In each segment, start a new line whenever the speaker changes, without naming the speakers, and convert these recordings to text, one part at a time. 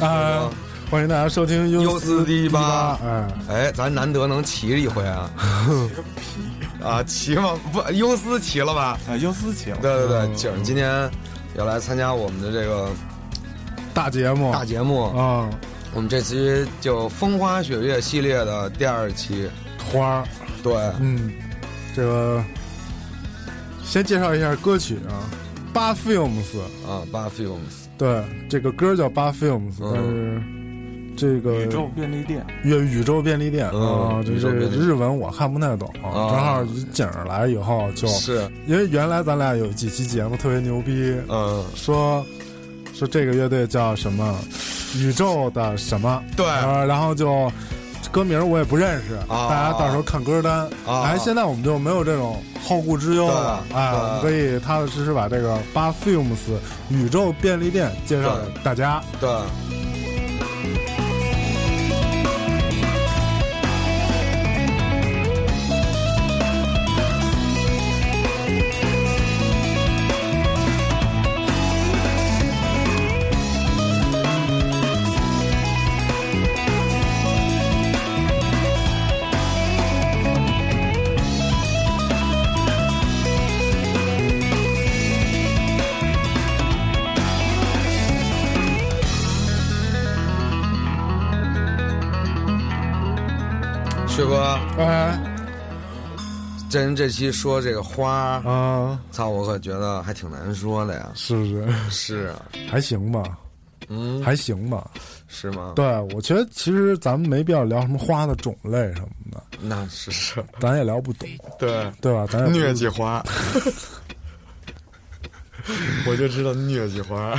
啊欢迎大家收听优
优
思
思迪
吧
吧，
哎，
哎，咱难得能骑一回 啊！啊，骑吗？不，优思骑了吧？
啊，优思请。
对对
嗯
对，景儿今天要来参加我们的这个
大节目，
大节目，
啊，
我们这期就风花雪月系列的第二期。
花儿，
对，
嗯，这个先介绍一下歌曲啊八 Films，
啊，Buffumes，
对，这个歌叫八 Films，
嗯
但是这个
呃
宇宙便利店，
月宇宙便利店
嗯
啊，这
宇
这
宙便利店
日文我看不太懂，正
啊，
好景儿来以后就是因为原来咱俩有几期节目特别牛逼，
嗯，
说说这个乐队叫什么，宇宙的什么，
对，
呃，然后就歌名我也不认识，
啊
大家到时候看歌单。
啊
哎，现在我们就没有这种后顾之忧了，
对
哎，
对
我们可以踏踏实实把这个八 films 宇宙便利店介绍给大家。
对，薛哥，
哎，
真这期说这个花，
啊，
操，我可觉得还挺难说的呀。
是不是
是啊，
还行吧？
嗯，
还行吧。
是吗？
对，我觉得其实咱们没必要聊什么花的种类什么的，
那是是，
咱也聊不懂，
对，
对吧？咱也不
疟疾花，我就知道疟疾花。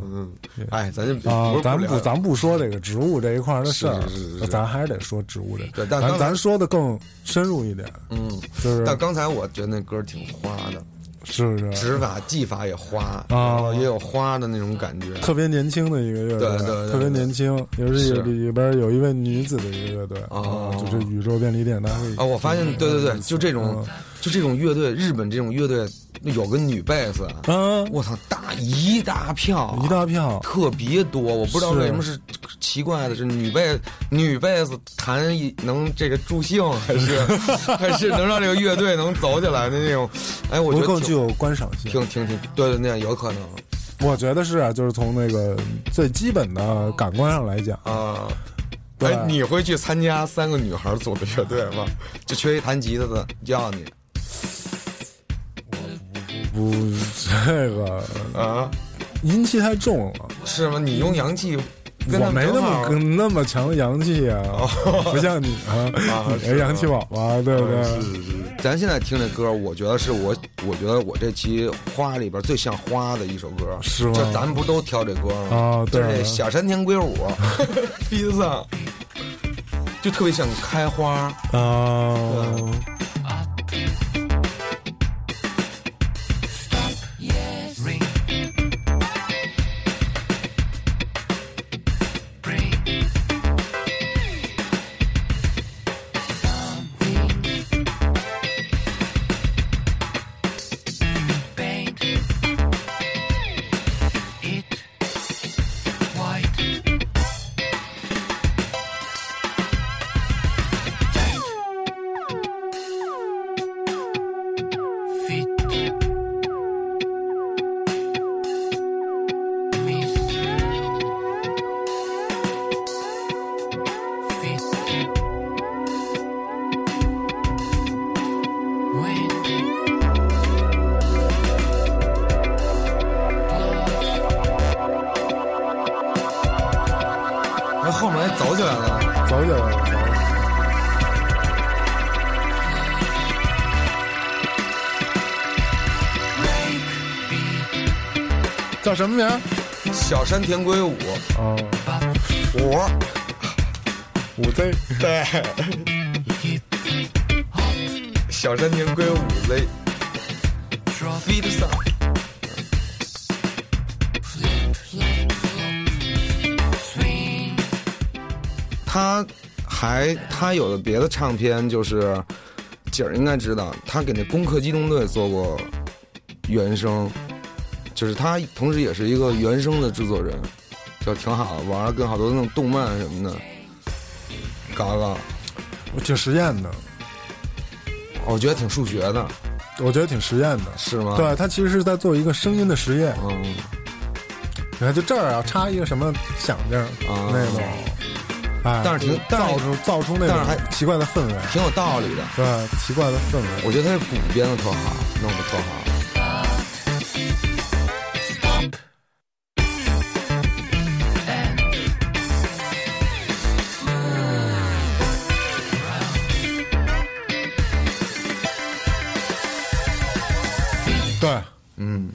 嗯，哎，咱就 不
啊
不是，
咱
不
不，
聊，
咱不说这个植物这一块儿的事儿啊
是是是，是
咱还是得说植物这
对，但
咱
刚才
咱说的更深入一点，
嗯，
就是
但刚才我觉得那歌挺花的，
是不是
指法技法也
啊
花，然后也有花的那种感觉。
特别年轻的一个乐队，啊
对对对
特别年轻，尤其
是
里边有一位女子的一个乐队
哦
啊，就是宇宙便利店，大家可以
啊，我发现，对对对，就这种
嗯，
就这种乐队，日本这种乐队有个女贝斯，
啊，
我操，大一大票啊，
一大票，
特别多，我不知道
是
为什么是奇怪的，是女贝女贝斯弹一能这个助兴，还 是还是能让这个乐队能走起来的那种？哎，我
不
觉
够
得
具
挺
有观赏性。
挺挺挺对对，那样有可能
我觉得是啊，就是从那个最基本的感官上来讲，
啊。
对
哎，你会去参加三个女孩组的乐队吗？ 就缺一弹吉他的，要你
不，这个
啊？
阴气太重了。
是吗？你用阳气跟
我
他们
没那
正好啊
么跟那么强的阳 气啊，不像你啊，你是阳气宝宝，对不
嗯
对？
咱现在听这歌，我觉得是我，我觉得我这期花里边最像花的一首歌，
是吗
就咱们不都挑这歌吗？
啊
就
对
是这小山田圭吾，啊 披萨，就特别像开花。
啊，
那后面还走起来了，
走起来了，叫什么名儿？
小山田圭吾，
啊，
五，
五 Z
对，小山田圭吾嘞，披萨，他还他有的别的唱片就是，景儿应该知道，他给那《攻克机动队》做过原声，就是他同时也是一个原声的制作人，叫就挺好的。网上跟好多那种动漫什么的，搞一搞，
我挺实验的，
我觉得挺数学的，
我觉得挺实验的。
是吗？，
对，它其实是在做一个声音的实验。
嗯，
你看，就这儿啊，插一个什么响劲儿，
啊
那种，哎，
但是挺但是
造出造出那
但是
种
还
奇怪的氛围，
挺有道理的。
对，奇怪的氛围。
我觉得他这鼓编的特好，弄的特好。
对，
嗯，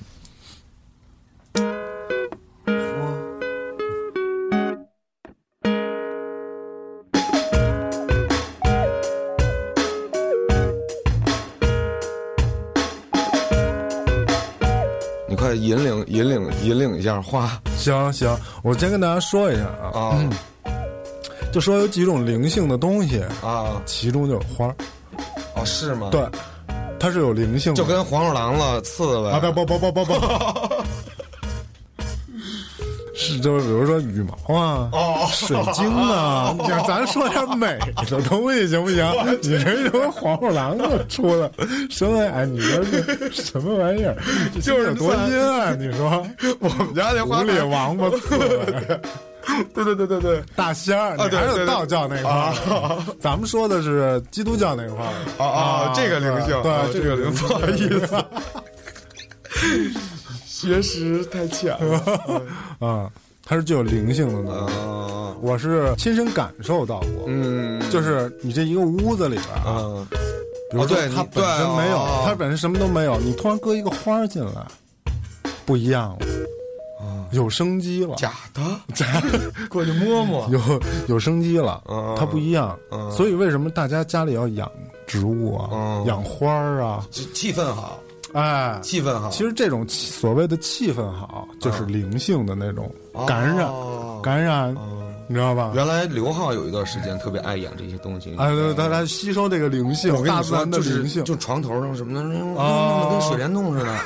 你快引领引领引领一下花
行行，我先跟大家说一下啊，
啊
就说有几种灵性的东西，
啊
其中就有花儿，
哦是吗？
对，，它是有灵性的，
就跟黄鼠狼了、刺猬
啊，不不不不不不， 是就是比如说羽毛啊，
哦
水晶啊，你看咱说点美的东西行不 行？你这他妈黄鼠狼就出来，什么哎，你说这什么玩意儿？
就是
有多阴暗？你说
我们家那
狐
花
狸王八刺猬
对对对对对
大仙儿，你
啊对
还
对啊
有
对
道教那块儿，咱们说的是基督教那块 儿
啊啊，这个灵性，
对
啊，
这
这个灵性，不好意思，学识太浅了。
啊，它是具有灵性的呢。
啊，
我是亲身感受到过，
嗯，
就是你这一个屋子里边啊，
啊，
比
哦
如说
对
它
你
本身没
对
有
哦，
它本身什么都没有，你突然搁一个花儿进来，不一样了，有生机了，
啊假 的，假的，过去摸摸。
有有生机了
嗯，
它不一样。
嗯
所以为什么大家家里要养植物啊，
嗯
养花儿啊？
气气氛好，
哎，
气氛好。
其实这种气所谓的气氛好，就是灵性的那种
哦
感染，感染，
嗯
你知道吧？
原来刘浩有一段时间特别爱养这些东西。
哎，对，他他吸收这个灵性
我，跟
大
你
自
说，
然的
就是
灵性，
就床头上什么的，弄
啊
得跟水帘洞似 的，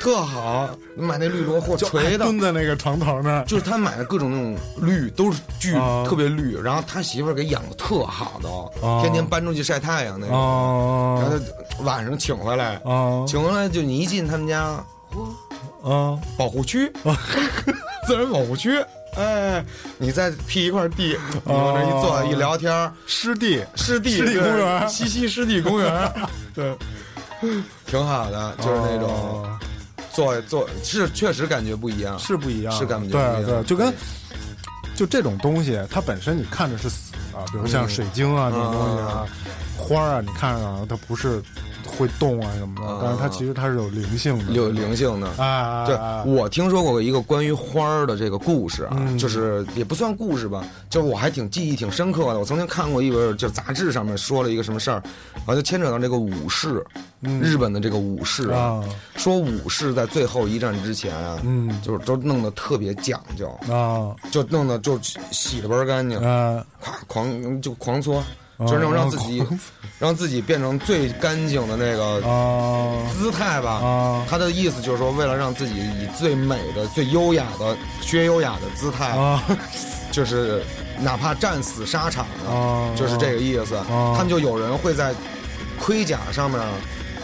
特好。买那绿萝或
哎
垂的，
蹲在那个床头那儿，
就是他买的各种那种绿，都是巨、
啊
特别绿，然后他媳妇儿给养的特好的哦，
啊
天天搬出去晒太阳那种。然后
哦
他晚上请回来，
哦
请回来就你一进他们家，嚯，
哦，
保护 区，自然保护区，哎，你再辟一块地，你往那一坐一聊天儿，
师弟，
湿地
哦湿地公园
对西溪湿地公园，对，挺好的，就是那种
哦
坐坐是确实感觉不一样，
是不一样，
是感觉不一
对啊
样
对，就跟就这种东西，它本身你看着是死的，比
嗯
如像水晶啊这种东西啊，花儿啊，你看着啊它不是会动啊什么的
啊，
但是它其实它是有灵性的，
有灵性的，
哎哎，
对
哎，
我听说过一个关于花儿的这个故事啊，
嗯
就是也不算故事吧，就是我还挺记忆挺深刻的。我曾经看过一本就是杂志上面说了一个什么事儿，然后就牵扯到这个武士，日本的这个武士
嗯啊
说武士在最后一战之前啊，
嗯
就是都弄得特别讲究，
啊
就弄得就洗的倍儿干净，
啊
夸狂就狂搓，就是那种 让自己、让自己变成最干净的那个
啊
姿态吧。
啊
他的意思就是说，为了让自己以最美的、最优雅的、学优雅的姿态，
啊
就是哪怕战死沙场了，
啊
就是这个意思。
啊
他们就有人会在盔甲上面，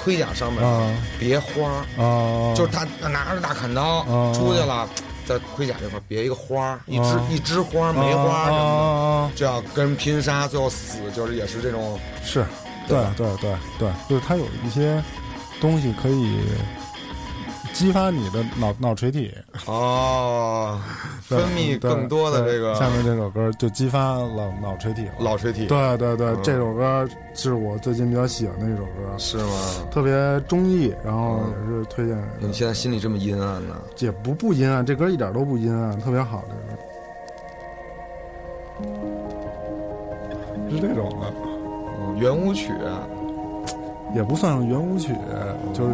盔甲上面、
啊
别花儿，
啊，
就是他拿着大砍刀、
啊
出去了，在盔甲这块别一个花儿，一枝、
啊
一枝花儿梅花儿什么的，
么
就要跟人拼杀，最后死就是也是这种
的，是
对
对
吧
对对对，就是它有一些东西可以激发你的脑脑垂体。
哦，
对
分泌
对
更多的
对
这个
下面这首歌就激发了脑垂体了。
老垂体，
对对对，
嗯
这首歌是我最近比较喜欢的一首歌，
是吗？
特别中意，然后
嗯
也是推荐给
你现在心里这么阴暗呢？
也不不阴暗，这歌一点都不阴暗，特别好。这个是这种的，
嗯圆舞曲，
也不算圆舞曲，就是。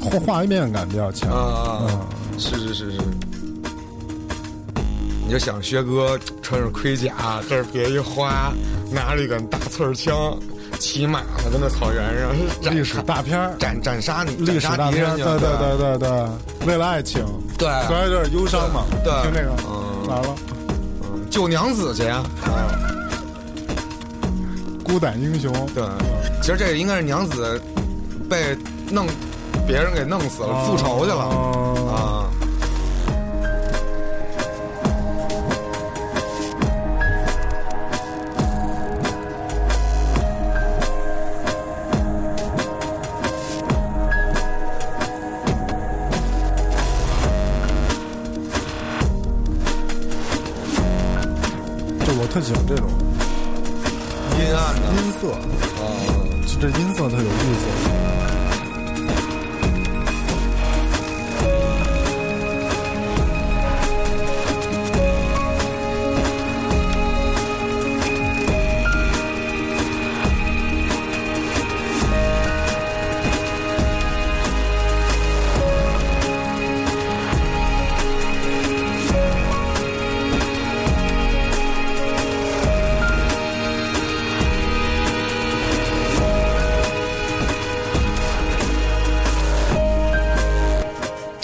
画画面感比较强，嗯
啊，是是是是，就想薛哥穿着盔甲，这儿别一花，拿着一杆大刺儿枪，骑马呢，在那草原上斩
历史大片儿，
斩斩杀你，
历史
斩杀
大
敌
片
人
儿，
去
对对
对
对对对，为了爱情，
对啊
虽然有点忧伤嘛，
对
听这个
嗯
来了，
嗯救娘子去呀、
孤胆英雄，
对，其实这个应该是娘子被弄别人给弄死
哦
了，复仇去了
了
啊。
就我特喜欢这种
阴暗的
音色，
啊，
就这音色特有意思。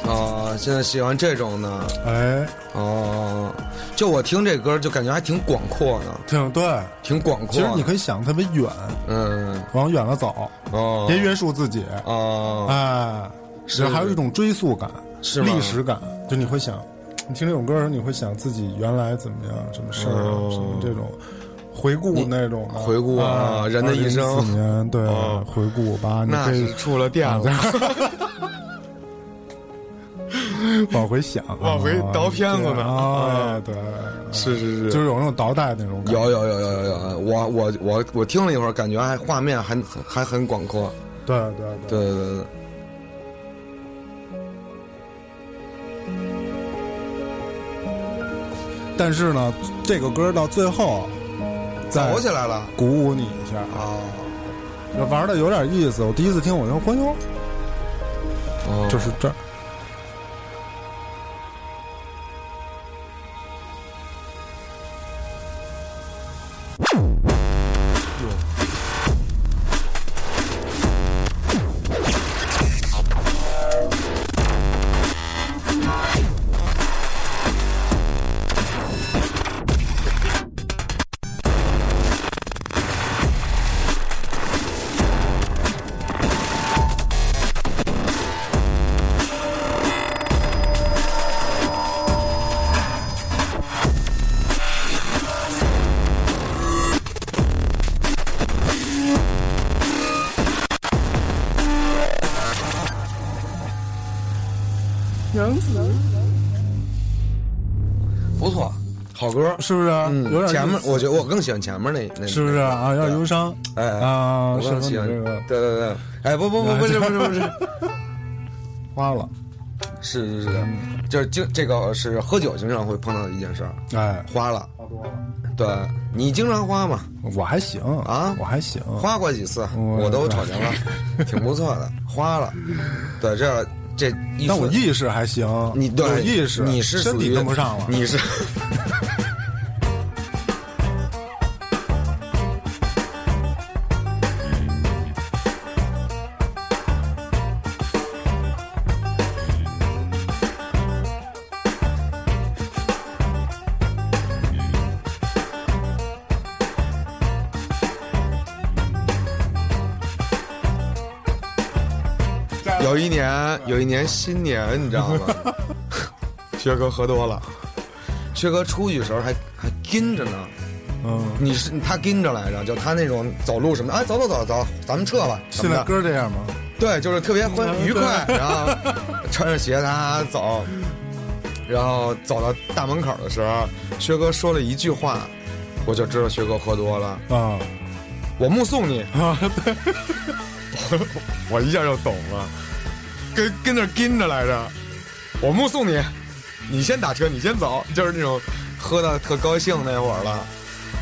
啊，现在喜欢这种的
哎，
哦、就我听这歌就感觉还挺广阔的，
挺对，
挺广阔
其
的。
实你可以想特别远，
嗯
往远了走，
哦，
别约束自己，
哦，
哎，
是
还有一种追溯感，
是吗
历史感，就你会想，你听这种歌的时候，你会想自己原来怎么样，什么事儿啊，
哦
什么这种回顾啊那种的
回顾啊人的一生
四年对，
哦
回顾吧，你
那
可
是
以
触了电了，
往回想啊，
往回倒片子呢哦
啊，对，
是是
就是有那种倒带那种感觉，
有有有有有有，我我我我听了一会儿，感觉还画面还很还很广阔，
对对
对对对对。
但是呢，这个歌到最后再
走起来了
鼓舞你一下，
啊！
玩的有点意思。我第一次听，我说哎呦，
哦
就是这儿。
不错，好歌。嗯
是不是？啊有点
前面
意，思
我觉得我更喜欢前面那那，
是不是啊？有点忧伤，
哎哎
啊，
我
是
更
不是你
喜欢。
这个
对对对，哎，不不不， 不是不是不是，
花了？
是是是，就是经这个是喝酒经常会碰到的一件事儿，
哎，
花了。
花多了。
对你经常花嘛，
我还行
啊
我还行。
花过几次，
嗯我
我都瞅见了，挺不错的，花了。对，这这一
但
说
我意识还行，
你对
有意识，
你是
身
属
体
于
跟不上了。
你是。有一年，有一年新年，你知道吗？薛哥喝多了，薛哥出去的时候还还跟着呢。
嗯，
你是他跟着来着，就他那种走路什么的，哎，走走走走，咱们撤吧。什
现
么
在
的。
歌这样吗？
对，就是特别欢愉快，然后穿着鞋他走，然后走到大门口的时候，薛哥说了一句话，我就知道薛哥喝多了。
啊
我目送你，
啊，对，
我一下就懂了，跟跟那儿跟着来着。我目送你，你先打车，你先走，就是那种喝的特高兴那会儿了。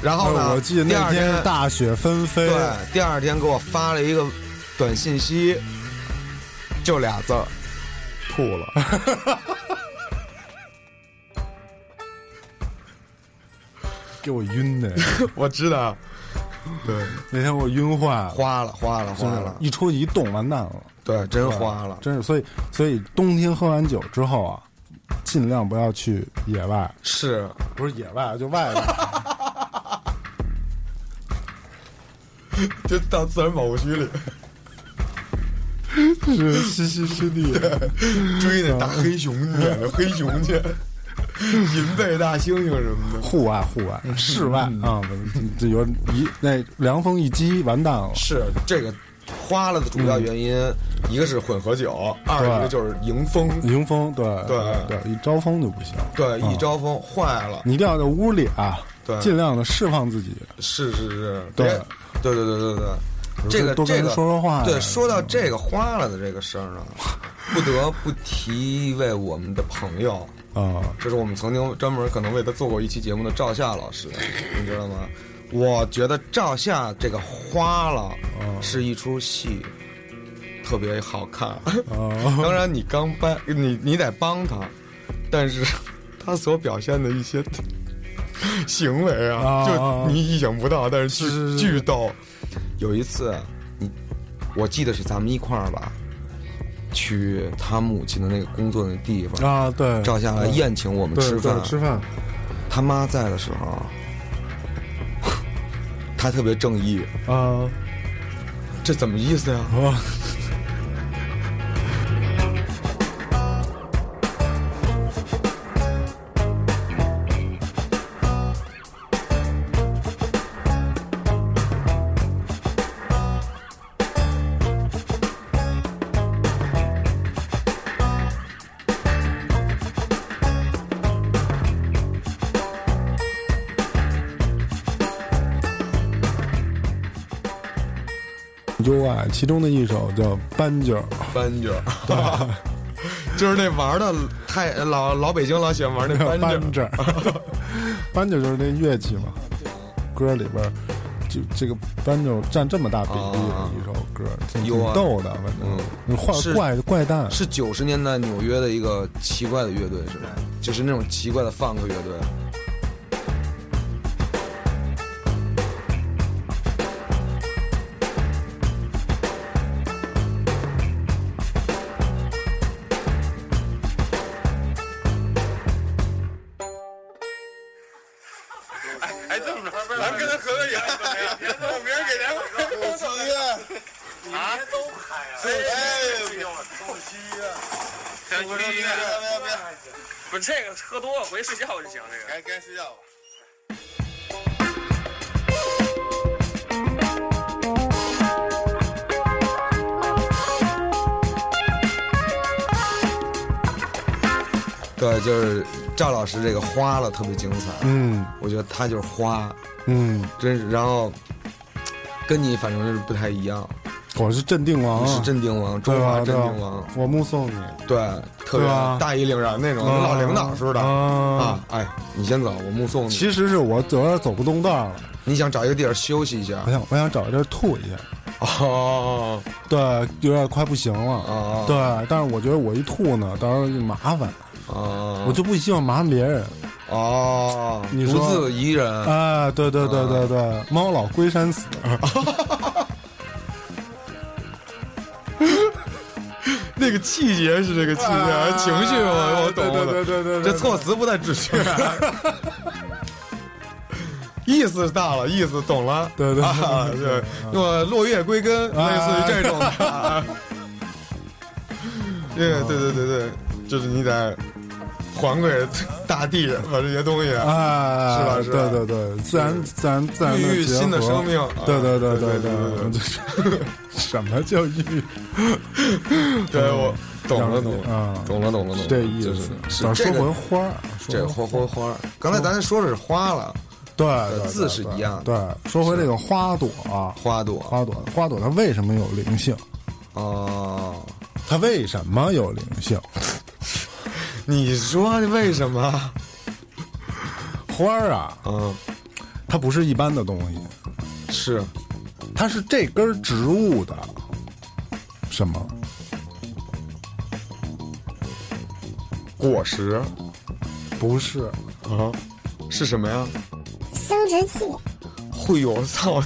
然后呢，
啊哎我记得
第
那
二天
是大雪纷飞，
对，第二天给我发了一个短信息，就俩字儿，吐了。
给我晕的，
我知道，对，
那天我晕坏了，
花了花了
真
花
的
了，
一出去一动完蛋了，
对，真花了，
真是。所以所以冬天喝完酒之后啊，尽量不要去野外，
是
不是野外就外边，
就到自然保护区里
是西西湿地。
追那大黑熊
嗯
去，黑熊 去，银背大猩猩什么的，
户外，户外，室外
嗯
啊，这有一那凉风一击，完蛋了。
是这个花了的主要原因，
嗯
一个是混合酒，二一个就是迎风，
迎风，对
对
对，一招风就不行。
对，
嗯
一招风坏了，
你一定要在屋里啊，
对
尽量的释放自己。
是是是，
对
别，对对对对对。这个
多
这
跟人
个
说说话呀
对，说到这个花了的这个事儿呢，不得不提一位我们的朋友，
啊，
这是我们曾经专门可能为他做过一期节目的赵夏老师，你知道吗？我觉得赵夏这个花了是一出戏，特别好看。
哦
当然，你刚帮你你得帮他，但是 他所表现的一些 行为啊，
啊
就你意想不到，但是
是是
巨巨逗。有一次，啊你我记得是咱们一块儿吧，去他母亲的那个工作那地方，
啊，对，
赵夏来宴请我们
对
吃饭啊
对，吃饭，
他妈在的时候， 他特别正义，
啊，
这怎么意思呀？
哦，U 爱其中的一首叫《斑鸠》，
斑鸠， 就是那玩的太老老北京老喜欢玩那斑
斑
鸠，
鸠，斑鸠就是那乐器嘛，歌里边儿就这个斑鸠占这么大比例的
啊
一首歌，挺
有
挺
啊
逗的，反正
嗯
你坏
是
怪怪蛋，
是九十年代纽约的一个奇怪的乐队，是吧？就是那种奇怪的 funk 乐队。
哎，这么着，咱们跟他合个影，我明儿给他手机啊，都拍啊，哎，手机啊，想去医院，别别别，
不，这个喝多了回去睡觉就行。这个
该该睡觉了。
对，就是赵老师这个花了特别精彩，
嗯
我觉得他就是花，
嗯，
真是。然后跟你反正就是不太一样，
我是镇定王
你
啊，
是镇定王，中
对
华
吧？
镇
对
定王
吧。？我目送你，
对，特别
对啊嗯吧
大义凛然那种，跟老领导似的
啊
啊。哎，你先走，我目送你。
其实是我有点走不动道儿了，
你想找一个地儿休息一下
我？想我想找个地儿吐一下，
哦
对，有点快不行
哦
了。
哦，
对，但是我觉得我一吐呢，到时候就麻烦，
哦，
我就不希望麻烦别人。
哦，
你
独
说
自一人，
哎，对对对
啊
对对，猫老归山死，
那个气节是这个气节，情绪我我懂，
对
我
对对
懂，
对对，
这措辞不太准确，意思大了，意思懂了。
对对
啊，对，我落叶归根，类似于这种的。 啊对对对对对，就是你得还给 大啊地把这些东西，啊
哎，
是吧是吧
对对对，自然自然自然
孕育
结合
新的生命
对对
啊对
对
对对
对
对
对，什么叫孕育？
对我懂了懂
啊
了懂了懂了懂了，
这意
就是
思。
是
咱
这
说
个
回花儿，
这个
说回
花花花儿，刚才咱说的是花了，
对对对
字是一样
对，说回这个花朵啊，
花朵
花朵，花朵它为什么有灵性？
哦。
它为什么有灵性？
你说为什么？
花儿啊，
嗯，
它不是一般的东西，
是
它是这根植物的什么？
果实
不是
啊？是什么呀？
生殖器，
会有操！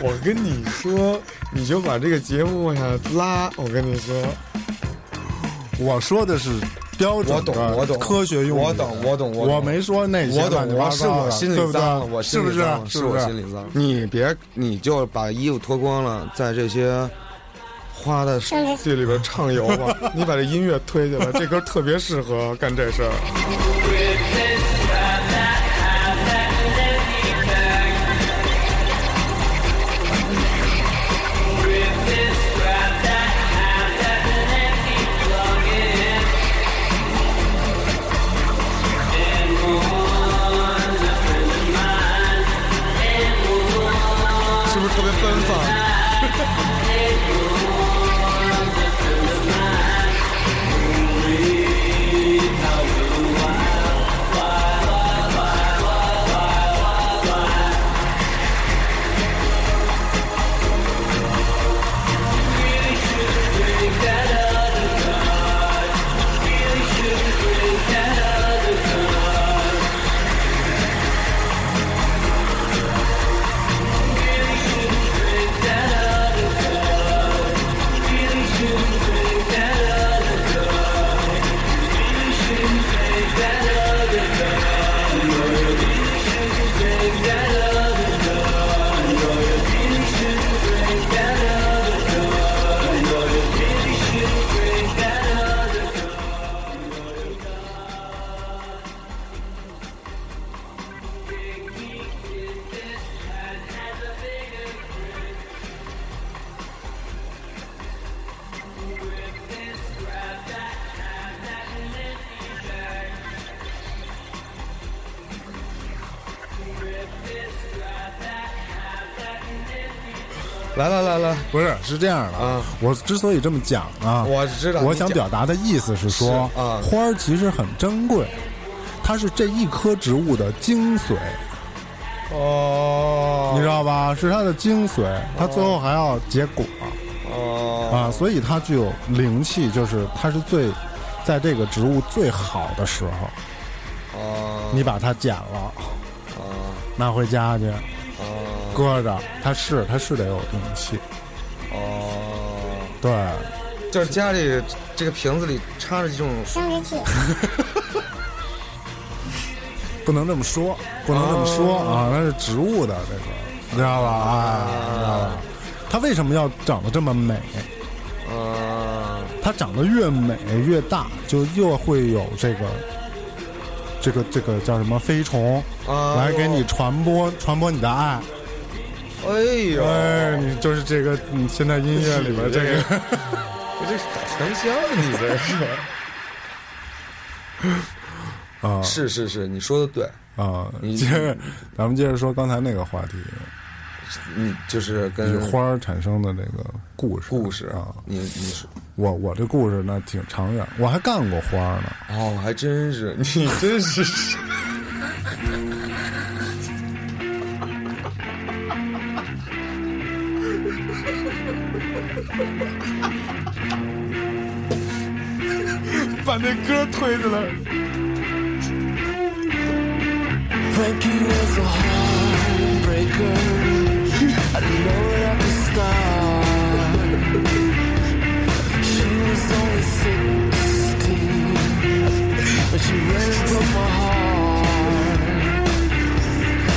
我跟你说，你就把这个节目呀拉，我跟你说，
我说的是标准的
我懂我懂
科学用语，
我懂我懂我懂
我没说那些
我懂，
乱七八
我是
糟
我
的，
心
对
里
不
脏了，
对？
我
是
心
不
里
是
脏了，？是
不
我
是？
心里脏了。你别，你就把衣服脱光了，在这些花的世界里边畅游吧。你把这音乐推起来，这歌特别适合干这事儿。是不是特别奔放？来来来来，
不是，是这样的
啊。
我之所以这么讲啊，
我知道你
我想表达的意思是说，
是啊
花儿其实很珍贵，它是这一棵植物的精髓，
哦，
你知道吧？是它的精髓，它最后还要结果
哦
啊，所以它具有灵气，就是它是最在这个植物最好的时候，
哦
你把它剪了，
哦
拿回家去
哦
搁着，它是它是得有灵气，
哦，
对，
就是家里这个瓶子里插着这种
生殖器，
不能这么说，不能这么说
哦
啊，它是植物的这个，你知道吧？啊，你知道
哦
吧？它为什么要长得这么美？
呃
它长得越美越大，就又会有这个这个这个叫什么飞虫
啊
来给你传播传播你的爱。
哎呦，
哎，你就是这个你现在音乐里边这
你
个，
我这是打沉香啊，你这是。
啊
是是是，你说的对，
啊，
你
接着咱们接着说刚才那个话题，
嗯，就是
与
跟
花儿产生的这个故事
故事
啊。
你你说，
我我这故事呢挺长远，我还干过花儿呢。
哦，还真是，你真是，把那歌推起来。
Thinking is a heartbreaker. I didn't know it at the start. She was only 16, but she really broke my heart.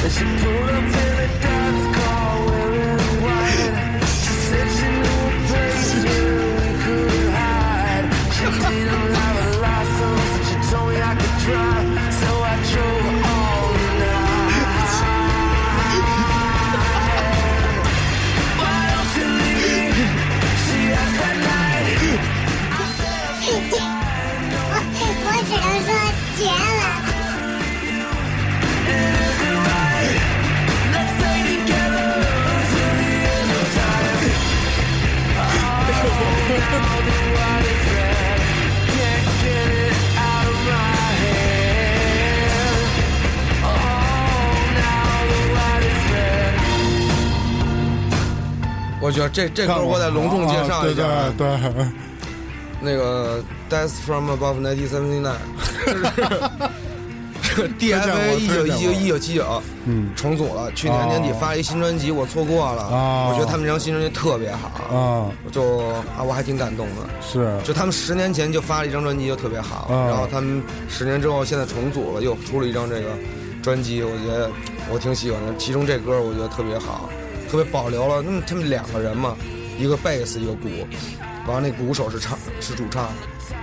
And she pulled up in a dance car wearing white. She said she knew a place where we could hide. She didn't have a license, and she told me I could drive. So I drove all night. Why don't you leave? She asked that night.
我我只能说绝了。
Let's stay together till the end of time. Oh, now the world is red. Can't get it out of my head. Oh, now the world is red.
我觉得这这歌
干过
我得隆重介
啊
绍
对
一下，
对对，
那个 Death from Above 1979，就是 D
见
F A
过
一九一
推荐
九
过
一九七九，
嗯
重组了。去年年底
哦
发一新专辑，我错过了。
哦
我觉得他们这张新专辑特别好，
啊，
我就啊我还挺感动的。
是
就他们十年前就发了一张专辑，就特别好。
嗯
然后他们十年之后现在重组了，又出了一张这个专辑，我觉得我挺喜欢的。其中这歌我觉得特别好，特别保留了。嗯，他们两个人嘛，一个贝斯，一个鼓，完了那鼓手是唱是主唱，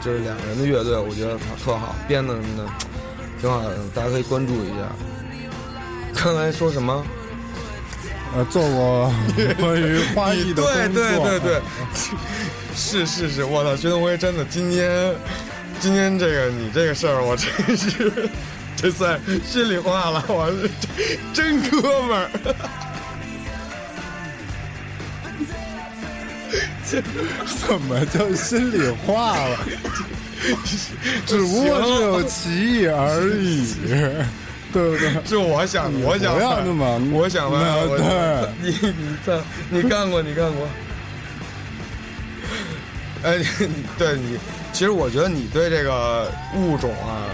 就是两个人的乐队，我觉得特好，编的什么的挺好的，大家可以关注一下。刚才说什么？
呃，做过关于花艺的
哎对
工作，啊
对对 对，是是是，我操，薛东辉真的今天，今天这个你这个事儿，我真是，这算心里话了，我是真真哥们儿。
怎么就心里 话了？只不过是有歧义而已，对 不对？
是我想，我想
不
问，
要那么，
我想问，
那
我
对，
你你在你干过，你干过。哎，你你 对你，其实我觉得你对这个物种啊，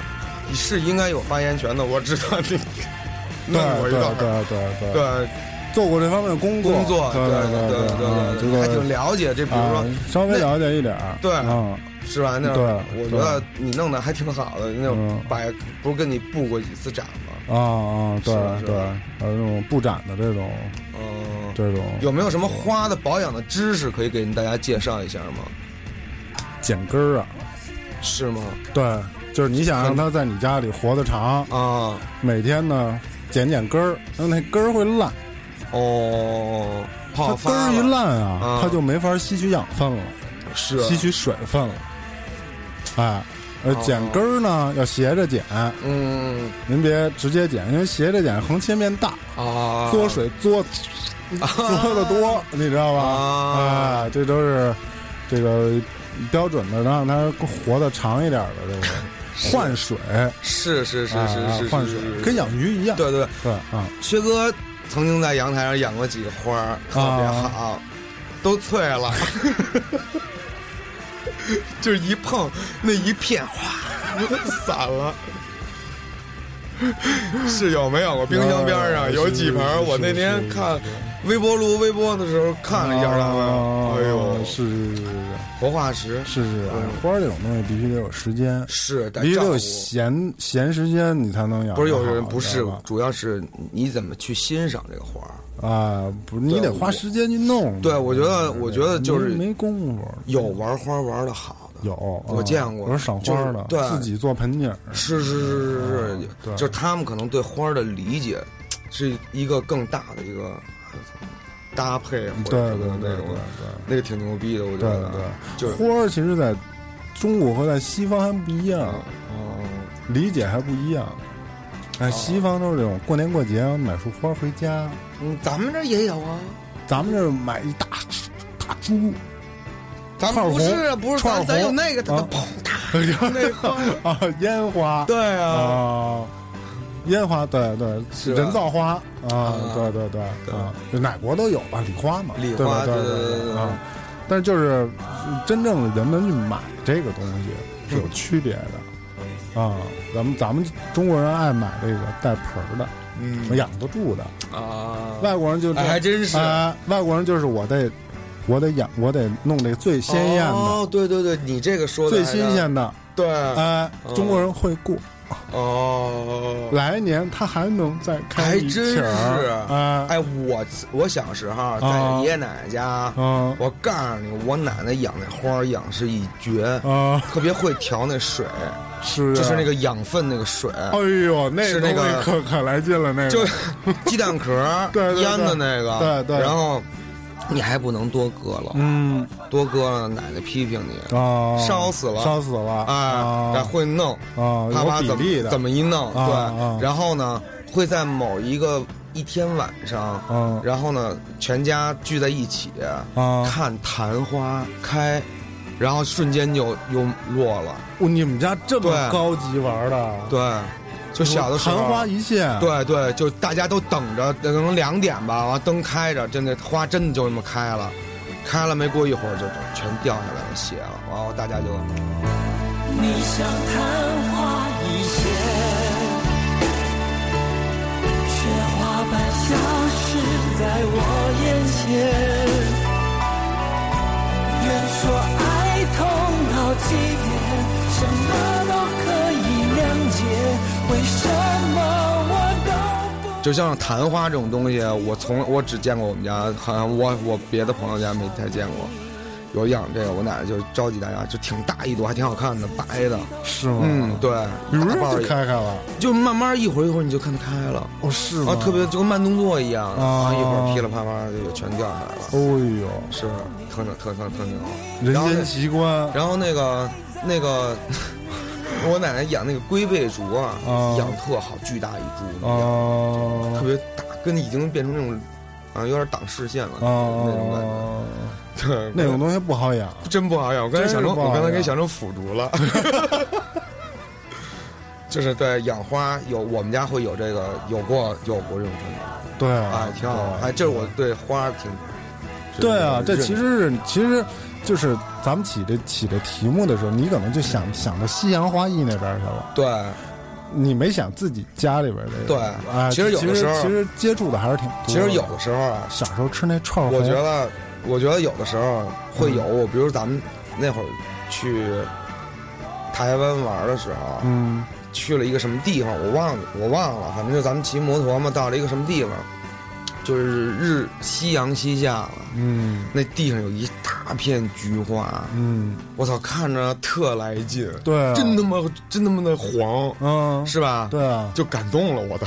你是应该有发言权的。我知道你弄我
对
一道
对对对对，
对
做过这方面的工作，
工作，
对
对
对嗯
对
这
对，还挺
个
了解这，比如
啊
说，
稍微了解一点儿，
对
嗯，
是吧？那
对
我觉得你弄的还挺好的，那种
嗯
摆不是跟你布过几次展吗？
啊啊，对
是是
对，还有那种布展的这种
嗯，
这种
有没有什么花的保养的知识可以给大家介绍一下吗？
剪根儿啊，
是吗？
对，就是你想让它在你家里活得长，
啊，
每天呢剪剪根儿，让那根儿会烂，
哦，
它
泡
根
发
儿一
了
烂啊
嗯，
它就没法吸取养分了，
是
吸取水分了，哎。呃，
哦
剪根儿呢要斜着剪，
嗯
您别直接剪，因为斜着剪横切面大，
啊，
嘬水嘬 嘬的多，你知道吧？
啊
哎这都是这个标准的，让它活得长一点的 这个换水，
是是是
啊
是是是
换
是
水
是，
跟养鱼一样。
对对，
对啊，
薛哥曾经在阳台上养过几个花儿，特别
啊
好，都脆了， 就是一碰那一片哗散了。是有没有？我冰箱边上有几盆儿，
啊是是
我那天
是
看微波炉微波的时候看了一下它
啊
们，哎呦，嗯
是是是
活化石
是是是，哎花儿这种东西必须得有时间，
是得
必须得
照
有
顾。
闲闲时间，你才啊能养得好。
不是有人不
知
是
道吧，
主要是你怎么去欣赏这个花儿。
啊，不，你得花时间去弄。
对我觉得我觉得就是
没没功夫。
有玩花玩的好的，
有，
我
啊
见过
有赏
就是
花的，
对
自己做盆景儿。
是是是是是，
哦对
就是他们可能对花儿的理解是一个更大的一个搭配或
对
者什
对
么
对
那
对
种
对
的，那个挺牛逼的，我觉
对
得
对，
就是
花儿其实在中国和在西方还不一样，
哦
理解还不一样。哎，西方都是这种过年过节啊买束花回家，
嗯，咱们这儿也有啊，
咱们这儿买一大大株，
咱们不
串
是
儿
啊，
红
不是
串儿
咱
红
咱有那个它
啊
砰嗒，
那
花
啊烟花，
对啊，
啊。烟花，对对，
是吧
人造花啊
啊，
对对对啊，就哪国都有吧，礼花嘛，
礼
对
花
吧对
对对对对
对啊。但是就是真正的人们去买这个东西是有区别的
嗯
啊。咱们咱们中国人爱买这个带盆儿的，
嗯
养得住的，
啊，
外国人就这
哎还真是
哎外国人就是我得我得养，我得弄这个最鲜艳的、
哦，对对对，你这个说的
最
还
新
让，
鲜的，
对
哎，
嗯
中国人会过。
哦，
来年他还能再开
还
一
真是
起儿，啊，
哎，我我小时候在
啊
爷爷奶奶家，
嗯
我告诉你，我奶奶养那花儿养是一绝，
啊，
特别会调那水，
是啊
就是那，个养分那个水，
哎呦，那
是那个
东西可可来劲了，那个
就鸡蛋壳儿
对对对
腌的那个，
对对
然后你还不能多搁了，
嗯
多搁了奶奶批评你，
啊，
烧死了
烧死了，
哎，然后
啊
会弄，
啊，
啪啪
有
怎
比例
么
的，
怎么一弄，
啊
对
啊，
然后呢会在某一个一天晚上，
嗯
然后呢全家聚在一起，
啊，
看昙花开，然后瞬间就又落了。
哦你们家这
对
么高级玩的，
对，就小的时候，
昙花一现，
对对，就大家都等着，可能两点吧，完灯开着，真的花真的就那么开了。开了没过一会儿就全掉下来了，血了，然后大家就
你像昙花一现，雪花般消失在我眼前。人说爱痛到极点，什么都可以谅解，为什么我都不？
就像昙花这种东西，我从我只见过我们家，好像我我别的朋友家没太见过。有养这个，我奶奶就召集大家，就挺大一朵，还挺好看的，白的。
是吗？
嗯，，对，
比如
大瓣
说
儿
就
也
开开了，
就慢慢一会儿一会儿你就看开了，
哦，是
然
吗？
后啊特别就跟慢动作一样，然
啊
后一会儿噼里啪啦就全掉下来了，
哦呦，
是特牛特特特牛。
人
然后
间奇观，
然后那个那个， 我奶奶养那个龟背竹啊
啊，
养特好，巨大一株那个，特
啊
别大，跟已经变成那种啊有点挡视线了那种感觉。
啊，
对，
那种东西不好养，
真不好养。我刚才想
真是
成，
不好
我刚才
养
给想成腐竹 了。就是对养花有，我们家会有这个，有过有过这种情况，
对
哎，挺好玩。
对
哎，这是我对花挺。
哦对啊，这其
认
实是其实就是咱们起这起这题目的时候，你可能就想想到西洋花艺那边去了，
对，
你没想自己家里边这个。
对
啊，
其实有的时候
其实接触的还是挺多的。
其实有的时候啊，
小时候吃那串儿
我
红
觉得，我觉得有的时候会
嗯
有，比如咱们那会儿去台湾玩的时候，
嗯
去了一个什么地方，我忘了，我忘了，反正就咱们骑摩托嘛，到了一个什么地方，就是日夕阳西下了，
嗯
那地上有一大片菊花，
嗯，
我操，看着特来劲，
对啊，
真他妈真他妈的黄，
嗯，
是吧？
对啊，
就感动了我都。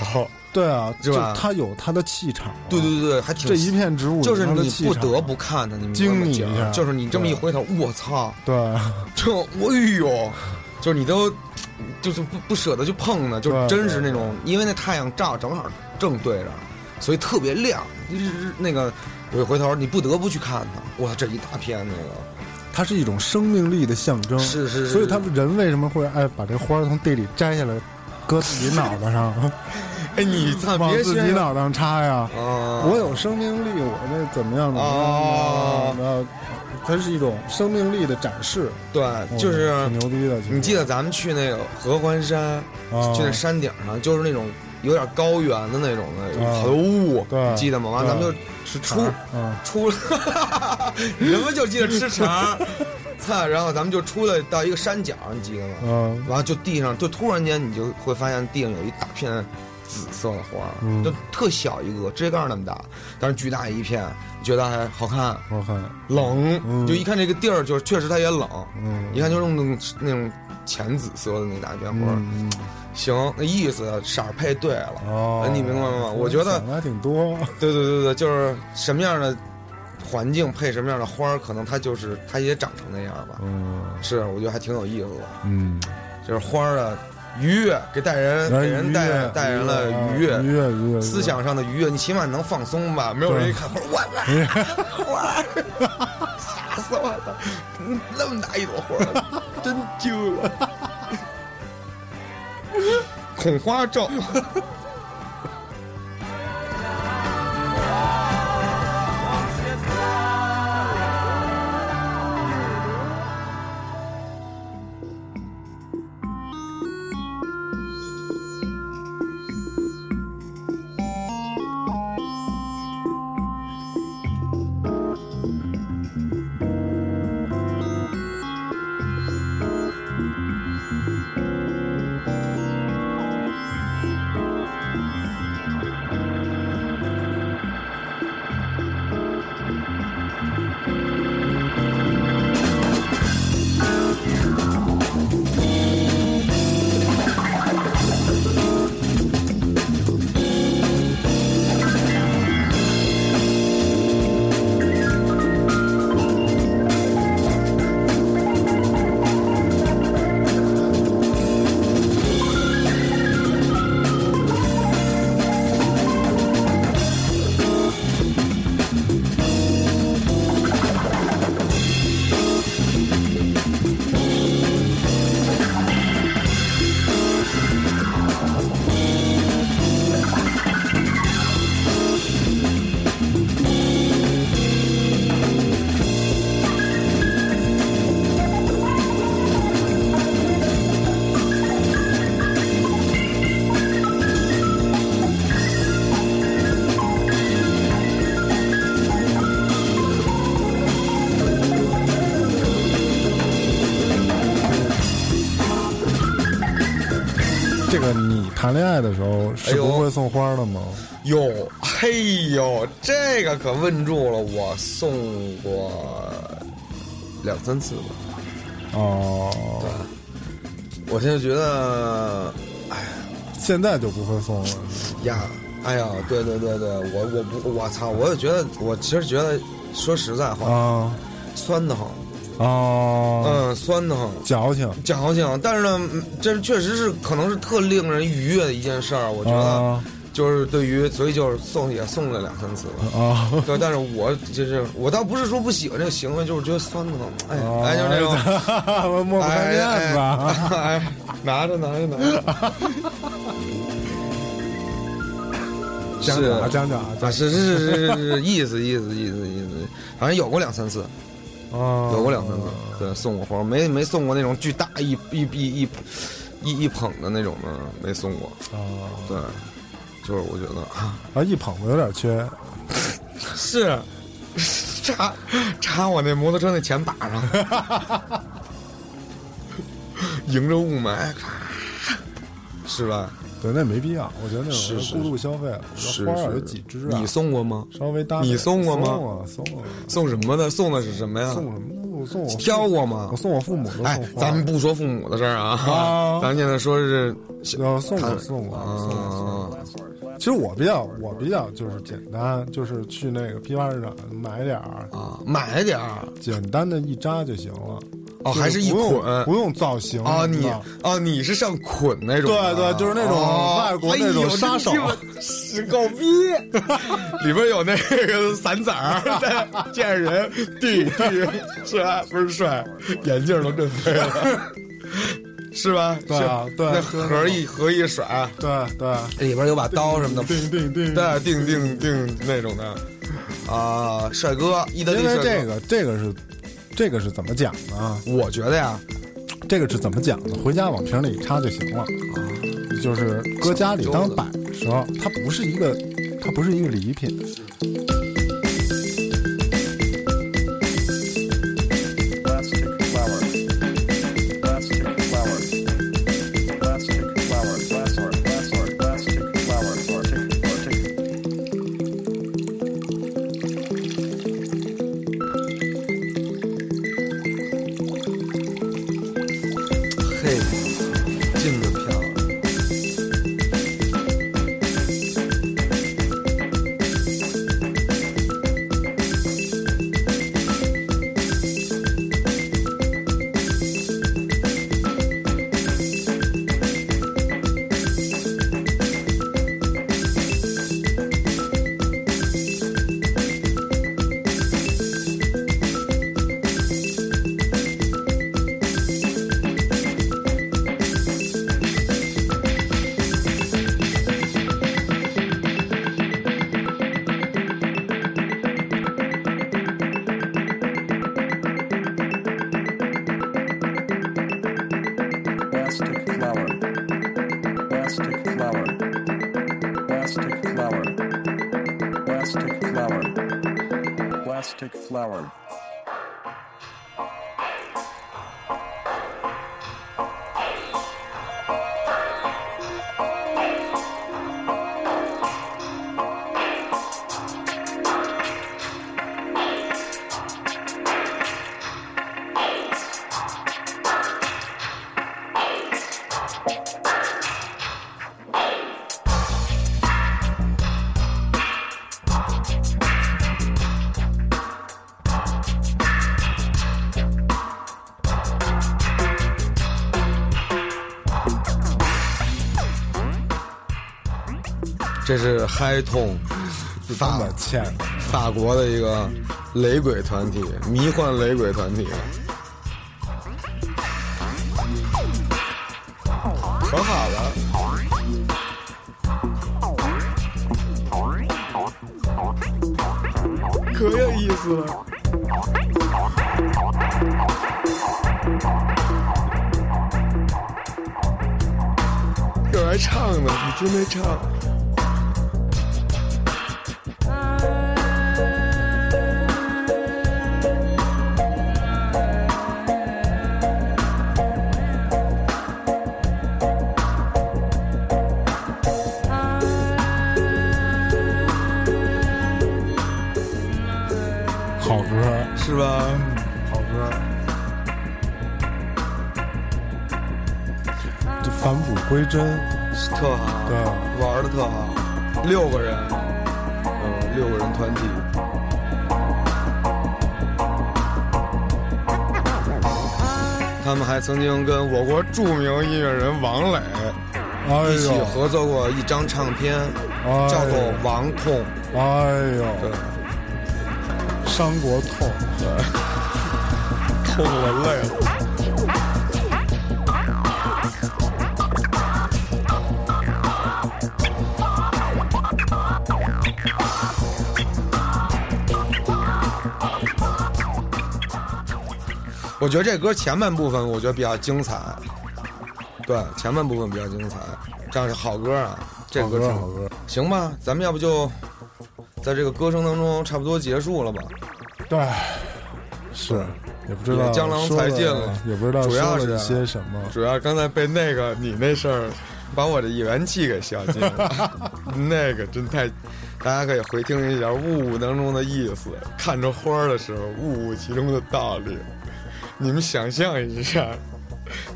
对啊，
是
就
吧
它有它的气场，啊
对对对，还挺
这一片植物
就是
有它的
你
气
不
场啊
得不看它，你明白
惊
吗
你
姐儿
一下
就是你这么一
对啊
回头，我操，
对啊
这哎呦，就是你都就是不不舍得去碰呢，就
对
真是那种，因为那太阳照正好正对着，所以特别亮。日日那个，我一回头，你不得不去看它。哇，这一大片那个，
它是一种生命力的象征，
是是是
嗯所以他们人为什么会爱把这花儿从地里摘下来，搁自己脑袋上，
哎，你操，
往
别
自
炫
己
耀
脑袋上插呀？
啊！
我有生命力，我这怎么样怎
哦
么样？然后它是一种生命力的展示，
对，就是
哦挺牛逼的。其实
你记得咱们去那个合欢山，
哦
去那山顶上，就是那种有点高原的那种的，
哦
好多雾，
对
你记得吗？完，
对
咱们就
吃
出
肠，嗯，
出了， 你他妈就记得吃 肠，操！然后咱们就出来到一个山脚，你记得吗？
嗯
完了就地上，就突然间你就会发现地上有一大片紫色的花，
嗯
就特小一个，指甲盖儿那么大，但是巨大一片，觉得还好看。
我看，
冷，
嗯
就一看这个地儿，就是确实它也冷，
嗯
一看就是那种那种浅紫色的那大片花，
嗯，
行，那意思啊色儿配对了，
哦
哎，你明白吗？我觉得
想，的还挺多，
对对对对，就是什么样的环境配什么样的花儿，可能它就是它也长成那样吧。
嗯
是，我觉得还挺有意思的，
嗯，
就是花儿的愉悦，给带人给人
哎愉
带
悦
带人了愉
啊愉
悦，
悦愉悦，
思想上的愉悦，你起码能放松吧？没有人一看花儿，我操！
愉悦。
花，吓死我了！ 那么大一朵花，真丢了。恐花照，
谈恋爱的时候
哎
是
呦
不会送花的吗？
哟，嘿呦，这个可问住了，我送过两三次吧。
啊哦，
我现在觉得
现在就不会送了。是吗
呀，哎呀，对对对对，我我不我操，我也觉得，我其实觉得，说实在话，
啊
酸的很，
哦，
嗯，酸的很。
矫情
矫情，但是呢，嗯这确实是可能是特令人愉悦的一件事儿。我觉得
啊，
就是对于，所以就是送也送了两三次吧。
啊
对，但是我就是我倒不是说不喜欢这个行为，就是觉得酸的很，哎，
啊
哎，就是那种，
种抹不开面子啊。
哎，哎哎拿着拿着拿着，
讲
是
讲啊，讲讲啊，
啊，
讲
是是是是是是，意思意思意思意思，反正有过两三次，
啊，
有过两三次，对，送过花，没没送过那种巨大一一一一一一捧的那种的，没送过，
啊
对，就是我觉得啊，
啊，一捧子有点缺，
是。 插插我那摩托车那前把上， 迎着雾霾，咔，是吧？
对，那没必要，我觉得那
是
种
是
过度消费了。我
是
说花儿
是
有几枝啊？
你送过吗？
稍微搭配，
你送过吗
送啊，送啊，
送什么的？送的是什么呀？
送什么？我 送我父
挑过吗
我？送我父母都送花
哎
儿。，
咱们不说父母的事儿啊
啊，
咱现在说是小
呃送
他
我送我送我送我。
啊，
其实我比较我比较就是简单，就是去那个批发市场买点儿
啊，买点儿
简单的一扎就行了。
哦，
就是
还是一
不用
捆
不用造型
啊？
知
你
道
啊，你是上捆那种的？
嗯对对就是那种
哦
外国那种
哎呦
杀手
这鸡巴是狗逼，里边有那个 散仔 儿，见着人弟弟是吧？不是帅，眼镜都震飞了。是吧？
对啊
是
对
那
就是
盒一盒一甩，
对对，
里边有把刀什么的，
定定定。
对，定定定那种的。啊，帅哥，意大利
因为
帅哥。
这个这个是这个是怎么讲呢？
我觉得呀，
这个是怎么讲呢？回家往瓶里一插就行了，就是搁家里当摆设，它不是一个它不是一个礼品。
plastic flower plastic flower plastic flower glass or glass or plastic flower or tick or tick
嘿，进的漂亮。
plastic flower plastic flower plastic flower plastic flower plastic flower
这是 High Tone，
这
法
么欠的，
法国的一个雷鬼团体，迷幻雷鬼团体，可好了。可有意思了！有人还唱呢，你真没唱。
Thank
是吧？
好歌。这返璞归真，
是特好，
对
玩的特好，六个人，嗯，六个人团 体，他们还曾经跟我国著名音乐人王磊
哎
一起
呦，
合作过一张唱片，
哎
叫做
呦
《王痛》，
哎
对
呦，，伤国痛，
痛了累了。我觉得这歌前半部分我觉得比较精彩，对，前半部分比较精彩，这样是好歌啊，这
好
歌挺
歌好歌。
行吧，咱们要不就在这个歌声当中差不多结束了吧？
对，是也不知
也
道
江郎
说
才尽
了
了
也不知道
主
说
要
了一
是啊
些什么。
主要刚才被那个你那事儿，把我的元气给消 尽了， 那个真太。大家可以回听一下“悟悟”当中的意思，看着花儿的时候，悟悟其中的道理。你们想象一下，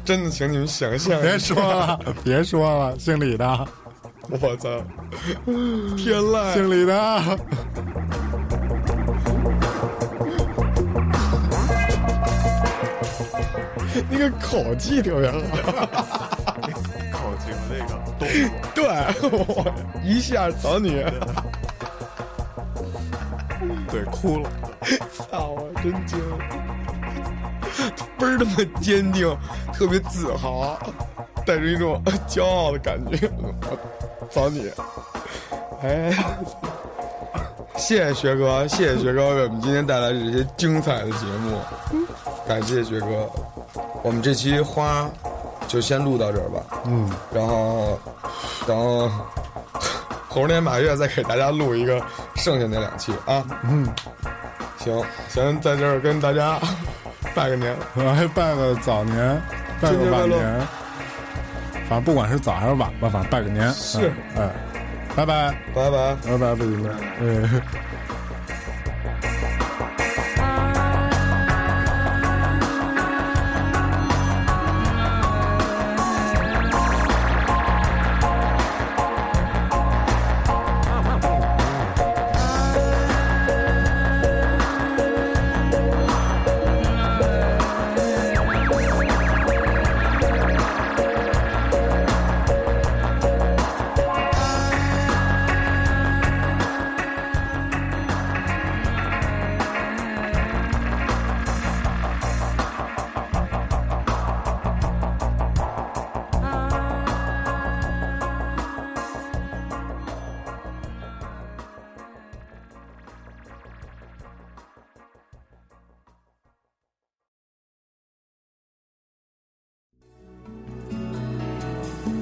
真的，请你们想象一下。
别说了， 别说了，姓李的，
我操！天籁，
姓李的，
那个口气特别好。
口型那个动作，
对，我一下找你，
对，哭了。
操我真惊，倍儿他妈坚定，特别自豪，带着一种骄傲的感觉。我找你，哎，谢谢学哥，谢谢学哥为我们今天带来这些精彩的节目，感谢学哥。我们这期花就先录到这儿吧。
嗯，
然后等猴年马月再给大家录一个剩下那两期啊。嗯，行，先在这儿跟大家拜个年，
我还拜个早年，拜个晚
新年快乐
年，反正不管是早还是晚吧，反正拜个年。
是
嗯，哎，拜拜，
拜拜。
拜拜，不行了，嗯。
花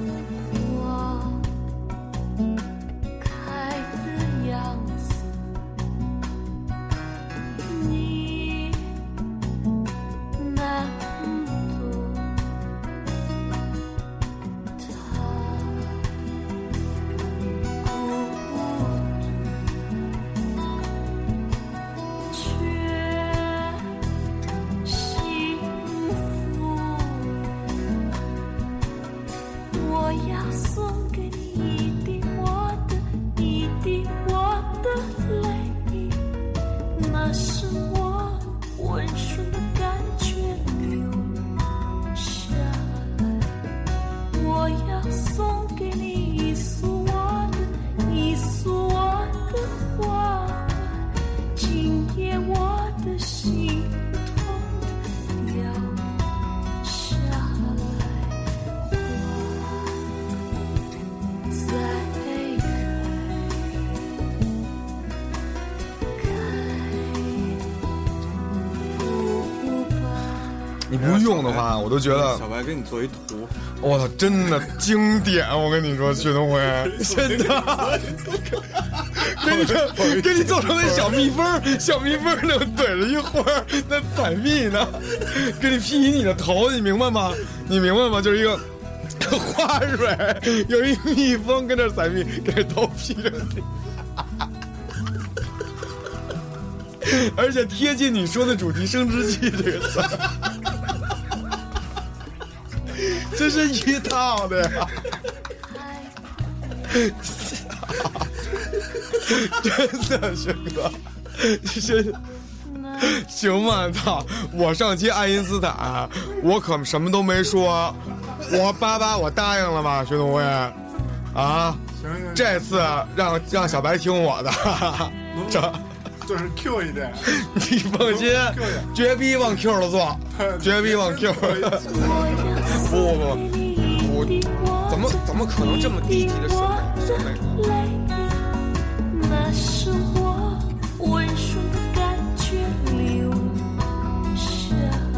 开的样子，你难度，他孤独，却幸福。我要送给你一滴我的，一滴我的泪，那是我温顺的感觉留下来。我要送给你一束我的，一束我的花，今夜我的心痛的掉下来。花再开，开不败。
你不用的话，我都觉得
小白给你做一图，
我操，真的经典！啊我跟你说，薛东辉，真的，给你 做给你做成那小蜜蜂儿，小蜜蜂儿那个怼着一花儿，那反蜜呢，给你 P 你的头，你明白吗？你明白吗？就是一个花蕊，有一蜜蜂跟那儿采蜜，给头 P 着你。 而且贴近你说的主题“生殖器”这个词儿，这是一套的呀。真的，轩哥，真行吗？操！我上期爱因斯坦，我可什么都没说，我叭叭我答应了吧，薛东辉，啊，
行行，
这次让让小白听我 的，这
就是 Q 一点，
你放 心，绝逼往 Q 了做， 绝逼往 Q 了。不不不，我怎么怎么可能这么低级的审美审美？
那是我温顺的感觉留下来。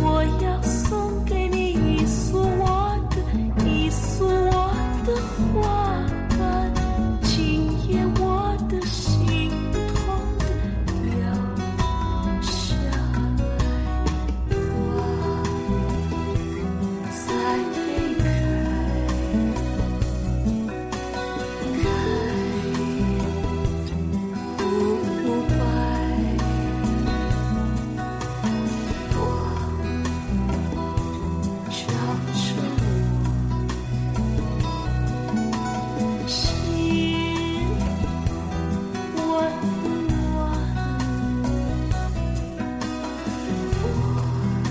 我要送给你一束我的，一束我的花瓣。今夜我的心痛的流下来，我才离开。开，不败。我朝着我心温暖，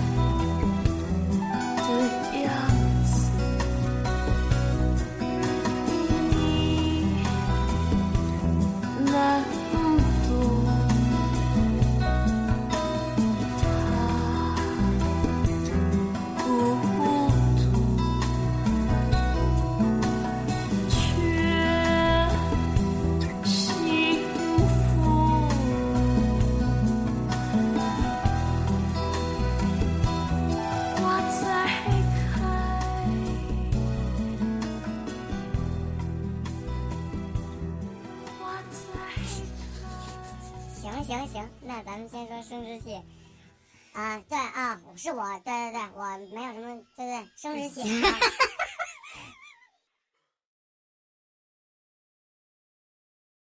我的样子。你难懂，他孤独，却幸福。花在开。花在
行行行，那咱们先说生殖器。啊，对啊，是我，对对对，我没有什么，对对，生殖器。啊